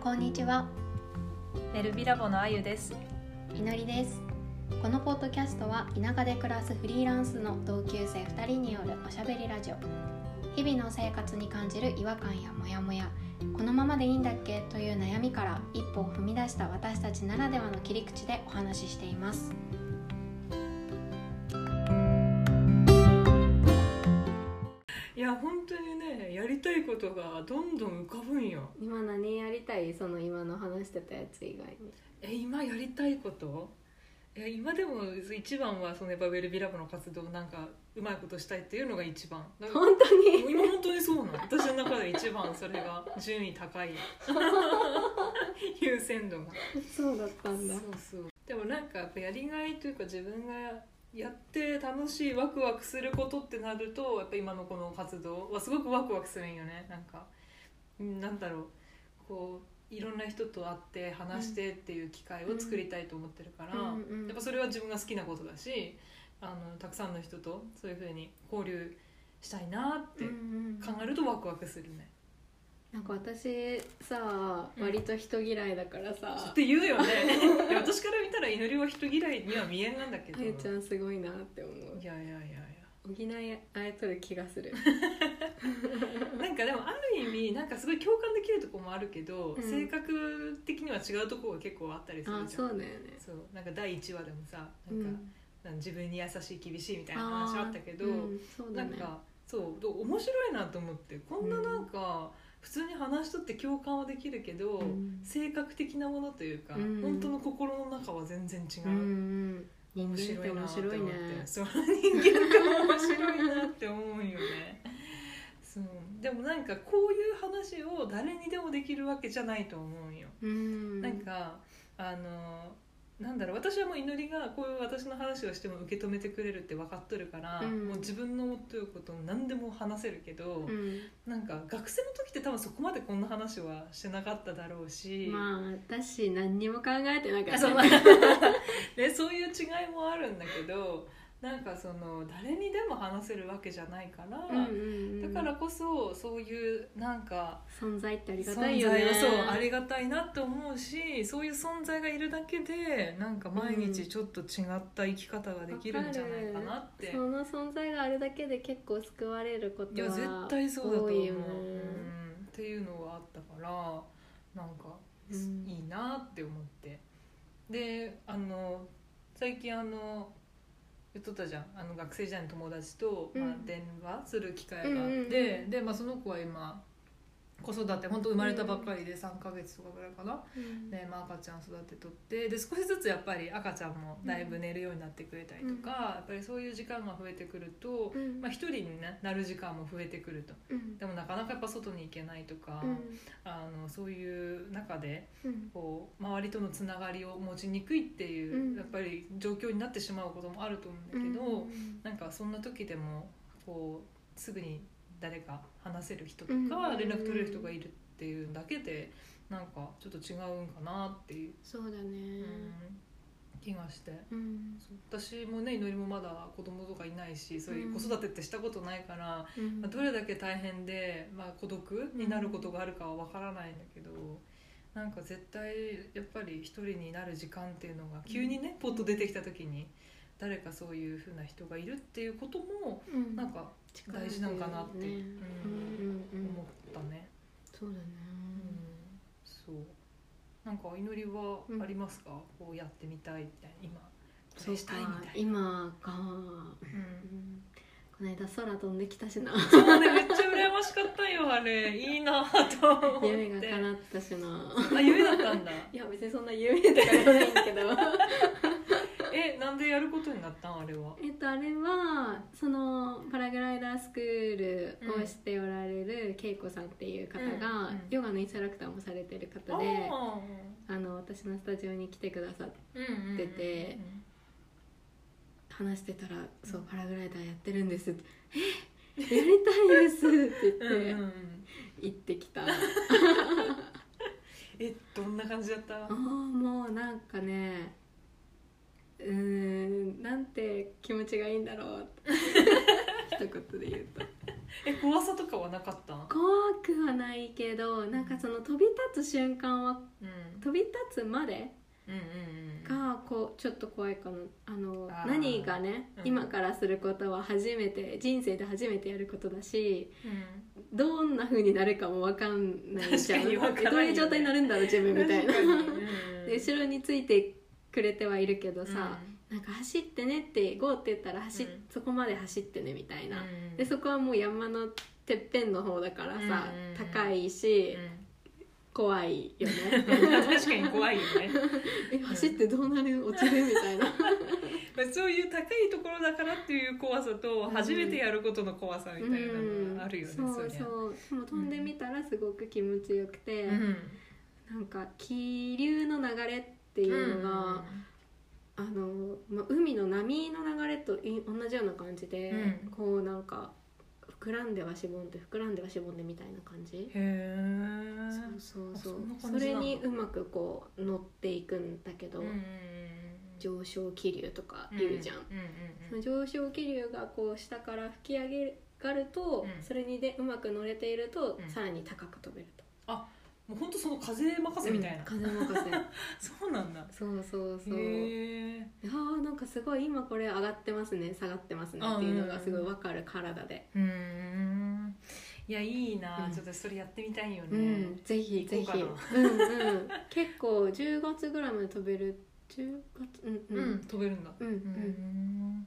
こんにちは、エルビラボのあゆです。いのりですこのポッドキャストは田舎で暮らすフリーランスの同級生2人によるおしゃべりラジオ日々の生活に感じる違和感やモヤモヤこのままでいいんだっけという悩みから一歩を踏み出した私たちならではの切り口でお話ししていますいや本当にねやりたいことがどんどん浮かぶんよ今何やりたいその今の話してたやつ以外にえ今やりたいことえ今でも一番はそのやっぱウェルビラボの活動なんかうまいことしたいっていうのが一番だから本当 に今本当にそうなの私の中で一番それが順位高い優先度がそうだったんだそうそうでもなんかやっぱやりがいというか自分がやって楽しいワクワクすることってなるとやっぱ今のこの活動はすごくワクワクするんよねなんかうんなんだろうこういろんな人と会って話してっていう機会を作りたいと思ってるから、うんうんうんやっぱそれは自分が好きなことだしあのたくさんの人とそういうふうに交流したいなって考えるとワクワクするね、なんか私さうん割と人嫌いだからさって言うよね いや私から見たら祈りは人嫌いには見えんなんだけどあゆちゃんすごいなって思ういやいやいやいや補いあえとる気が するなんかでもある意味なんかすごい共感できるとこもあるけど、うん性格的には違うとこが結構あったりするあじゃんそうだよねそうなんか第1話でもさなんか、うんなんか自分に優しい厳しいみたいなあ話ーあったけど、うんそうだなんねかそうどう面白いなと思ってこんななんか、普通に話しとって共感はできるけど、うん性格的なものというか、うん本当の心の中は全然違う。うんうん人面間っ白ていな面って白思っていねそう人間って面白いなって思うよねそうでもなんかこういう話を誰にでもできるわけじゃないと思うよ、うんなんかあのなんだろう私はもう祈りがこういう私の話をしても受け止めてくれるって分かっとるから、うんもう自分の思ってることを何でも話せるけど、うんなんか学生の時って多分そこまでこんな話はしてなかっただろうし、まあ私何にも考えてなかあっそたうねね、そういう違いもあるんだけどなんかその誰にでも話せるわけじゃないから、うんうんうん だからこそそういうなんか存在ってありが存た在いよはねそうありがたいなって思うしそういう存在がいるだけでなんか毎日ちょっと違った生き方ができるんじゃないかなって、その存在があるだけで結構救われることはいや絶対そうだと思多う、いようねん、っていうのはあったからなんかうんいいなって思ってであの最近あの言っとったじゃんあの学生時代の友達と、うんまあ、電話する機会があって、うんうんで、まあ、その子は今子育て本当生まれたばっかりで3ヶ月とかぐらいかな、うんで、まあ、赤ちゃん育てとってで少しずつやっぱり赤ちゃんもだいぶ寝るようになってくれたりとか、うんやっぱりそういう時間が増えてくると、うんまあ、一人にねなる時間も増えてくるとうんでもなかなかやっぱ外に行けないとか、うんあのそういう中でうんこう周りとのつながりを持ちにくいっていう、うんやっぱり状況になってしまうこともあると思うんだけど、うんなんかそんな時でもこうすぐに誰か話せる人とうかん連絡取れる人がいるっていうだけでなんかちょっと違うんかなっていう、そうだねうん気がして。うんそう私もね祈りもまだ子供とかいないしそういう子育てってしたことないから、うんまあどれだけ大変で、まあ、孤独になることがあるかはわからないんだけど、なんか絶対やっぱり一人になる時間っていうのが急にね、ポッと出てきた時に誰かそういうふうな人がいるっていうこともうんなんか力大事なんかなって、うねうんんうんうん思ったね。そうだねうんそうなんか祈りはありますか、こうやってみたいみたいな今こそうれしたいみかたいな。今かうんうんこの間空飛んできたしなそうね、めっちゃ羨ましかったよあれいいなと思って夢が叶ったしなあ夢だったんだ いや別にそんな夢とかじゃないんだけどえなんでやることになったんあれは えっとあれはそのパラグライダースクールをしておられる恵子さんっていう方うんうがんヨガのインストラクターもされてる方でああの私のスタジオに来てくださってーうんうんうん出て話してたら「そうパラグライダーやってるんです」って「えやりたいです」ってうんうんう言んって行ってきたえどんな感じだったあーもうなんかねう ーんなんて気持ちがいいんだろうって一言で言うとえ怖さとかはなかったん怖くはないけどなんかその飛び立つ瞬間はうん飛び立つまでうんうんがこうちょっと怖いかなあのあー何がね、うん今からすることは初めて人生で初めてやることだしうんどんな風になるかも分かんないじゃん確かにわからないよねどういう状態になるんだろう自分みたいな確かにうんで後ろについてくれてはいるけどうんさ、なんか走ってねって「GO」って言ったら走っ、うんそこまで走ってねみたいな、うんでそこはもう山のてっぺんの方だからさ、うんうんうん高いし、う怖い よねん確かに怖いよね え走ってどうなる落ちるみたいなまあそういう高いところだからっていう怖さと初めてやることの怖 さみたいなのがあるよね、うん、そりうゃそうでも飛んでみたらすごく気持ちよくて、うんなんか気流の流れっていうのが、あのまあ、海の波の流れとい同じような感じで、うんこうなんか膨らんではしぼんで膨らんではしぼんでみたいな感へじ、えそうそうそうあそんなそ感じれなんだにうまくこう乗っていくんだけど、上昇気流とか言うじゃん、うんその上昇気流がこう下から吹き上げがると、うんそれにでうまく乗れていると、うんさらに高く飛べると、もう本当その風任せみたいな、風任せ そうなんだそうそうそうへえあーなんかすごい今これ上がってますね下がってますねあーっていうのがすごい分かる体で、うんいやいいな、うんちょっとそれやってみたいよね、うんぜひぜ行ひこうかうんうん、結構10月ぐらいまで飛べる10月うんううんん飛べるんだうん、うんうん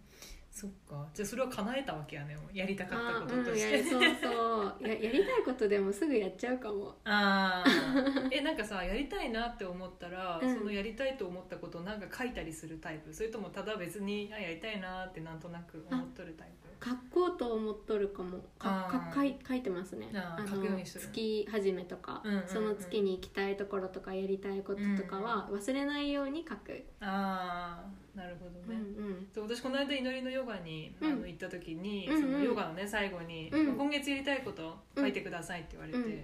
そっかじゃあそれは叶えたわけやねもうやりたかったあこーとうとん、しやて、りそうそうややりたいことでもすぐやっちゃうかも あーえなんかさやりたいなって思ったら、うんそのやりたいと思ったことをなんか書いたりするタイプそれともただ別にあやりたいなってなんとなく思っとるタイプ書こうと思っとるかもかあかー書い書いてますねあーの書くようにしてる月始めとか、うんうんうんその月に行きたいところとかやりたいこととかは忘れないように書く、ああなるほどうんね、そう私この間祈りのヨガに、うんあの行った時に、うんうんそのヨガのね最後に、うん今月やりたいこと書いてください」って言われて、うん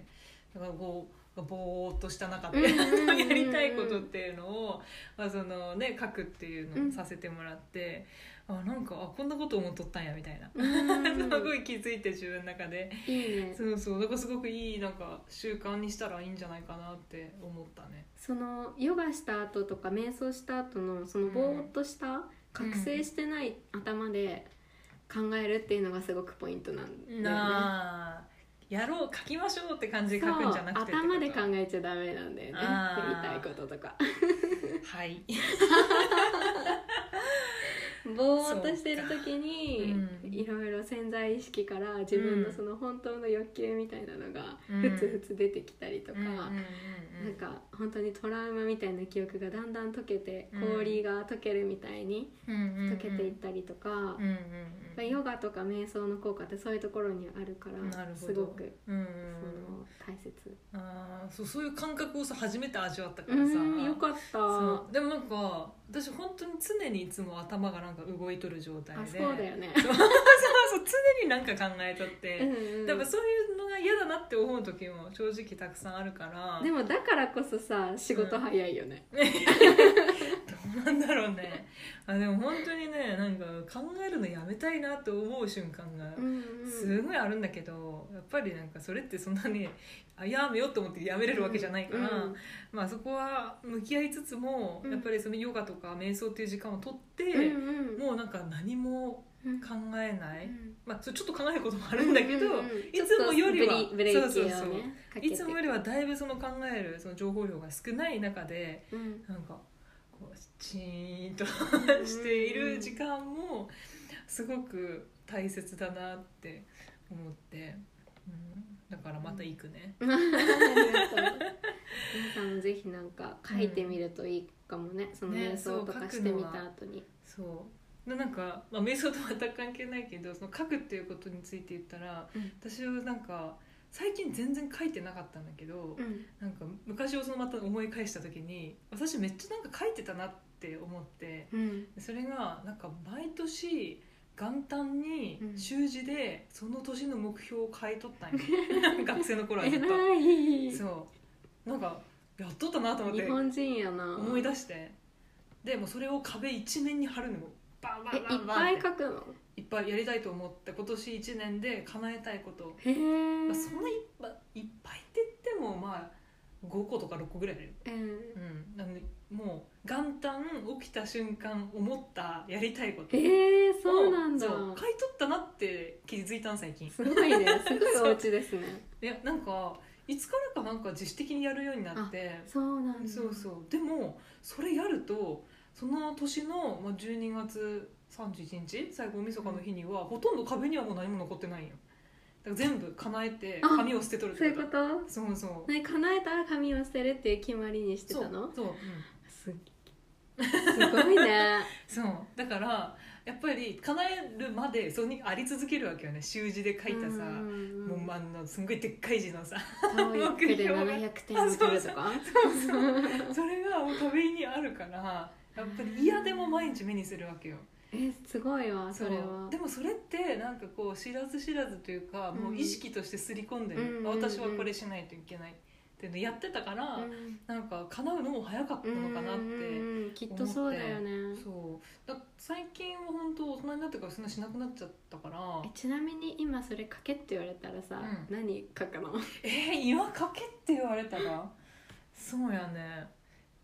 だからこうぼーっとした中うで、んうんう んやりたいことっていうのを、まあそのね、書くっていうのをさせてもらって、あなんかあこんなこと思っとったんやみたいな。うん すごい気づいて自分の中でいいねそうそうだからすごくいいなんか習慣にしたらいいんじゃないかなって思ったねそのヨガした後とか瞑想した後のそのぼーっとした、覚醒してない頭で考えるっていうのがすごくポイントなんだよねなあやろう書きましょうって感じでそ書くんうじゃなくてってこと頭で考えちゃダメなんだよねあーやりたいこととかはい、 ぼーっとしてる時にそうかいろいろ潜在意識から自分のその本当の欲求みたいなのがふつふつ出てきたりとか、うんうんうんうんなんか本当にトラウマみたいな記憶がだんだん溶けてうん氷が溶けるみたいに溶溶けていったりとか、うんうんまあヨガとか瞑想の効果ってそういうところにあるからうん、なるほどすごく、うんうんその大切うん、あーそうそういう感覚をさ初めて味わったからさ、うんよかったそうでもなんか私本当に常にいつも頭がなんか動いとる状態であそうだよねそうそう そう常になんか考えとって、うんうんだからそういうのが嫌だなって思う時も正直たくさんあるからでもだからこそさ仕事早いよね、どうなんだろうねあでも本当にねなんか考えるのやめたいなと思う瞬間がうんうんすごいあるんだけどやっぱりなんかそれってそんなにあやめようと思ってやめれるわけじゃないから、うんまあ、そこは向き合いつつも、うんやっぱりそのヨガとか瞑想っていう時間をとって、うんうんもうなんか何もうん考えない、うんまあ、それちょっと考えることもあるんだけど、うんうんいつもよりはちょっとブレブレーキをねそうそうそうかけていつもよりはだいぶその考えるその情報量が少ない中でうんなんかこうチーンと している時間もすごく大切だなって思って、うん、だからまた行くね。皆さんもぜひなんか書いてみるといいかもね、そのね瞑想とそかうしてみた後に、そうななんか、まあ、瞑想と全く関係ないけどその書くっていうことについて言ったら、うん私はなんか最近全然書いてなかったんだけど、うんなんか昔をそのまた思い返した時に私めっちゃなんか書いてたなって思ってうんそれがなんか毎年元旦にうん習字でその年の目標を書いとったんよ 学生の頃はずっと偉いそうなんかやっとったなと思って日本人やな思い出してでもうそれを壁一面に貼るのもバンバえいンっバンバンぱっいて書くのいっぱいやりたいと思った今年1年で叶えたいこと、へえ、まあ、そんないっぱいいっぱいって言ってもまあ5個とか6個ぐらいあるようんうん、なのでもう元旦起きた瞬間思ったやりたいことえー、そうなんだそう買い取ったなって気づいたん最近すごい ねすごいお家ですねいやなんかいつからかなんか自主的にやるようになってそうなんだそうそうでもそれやるとその年のまあ12月31日最後大晦日の日には、ほとんど壁にはもう何も残ってないよだから全部叶えてあ紙を捨てとるっそういてうここととそうそうね叶えたら紙を捨てるっていう決まりにしてそうたのそう、うんすすごいねそうだからやっぱり叶えるまでそれにあり続けるわけよね習字で書いたさ、うんもうあのすんごいでっかい字のさタオイックで700 点を取るとかそれがもう壁にあるからやっぱり嫌でも毎日目にするわけよえすごいわそれそはうでもそれってなんかこう知らず知らずというか、もう意識として刷り込んでる、うんあ私はこれしないといけないっていうのやってたから、うんなんか叶うのも早かったのかなって、うんきっとそうだよねそうだ最近は本当大人になってからそんなしなくなっちゃったからえちなみに今それ書けって言われたらさ、う何書くのえー、今かけって言われたらそうやね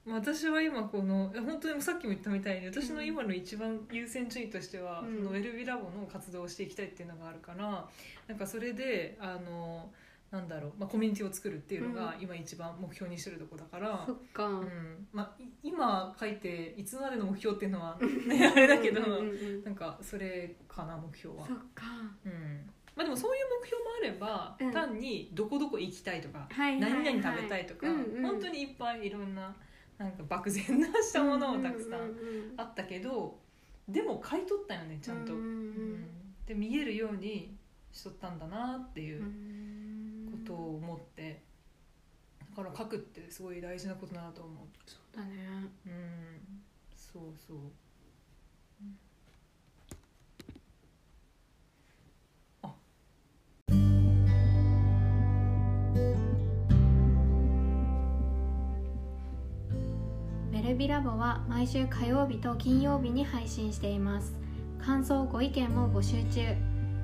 まあ私は今このえ本当にさっきも言ったみたいに私の今の一番優先順位としては、うんそのウェルビラボの活動をしていきたいっていうのがあるからなんかそれであのなんだろう、まあ、コミュニティを作るっていうのが今一番目標にしてるとこだからそ、っか、うんまあ、い今書いていつまでの目標っていうのは、ね、 あれだけどうんうんうんなんかそれかな目標はそ。っかうんまあ、でもそういう目標もあれば、うん単にどこどこ行きたいとか、はいはいはい何々食べたいとか、うんうん本当にいっぱいいろんななんか漠然なしたものをたくさうんんうんうんあったけど、でも買い取ったよねちゃんと、ううんんで見えるようにしとったんだなっていうんううこんとを思ってだから書くってすごい大事なことだなと思そうだねう、うん、そうそうメルビラボは毎週火曜日と金曜日に配信しています感想ご意見も募集中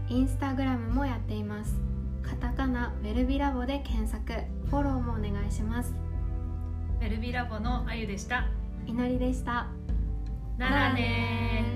インスタグラムもやっていますカタカナメルビラボで検索フォローもお願いしますメルビラボのあゆでしたみのりでしたならねー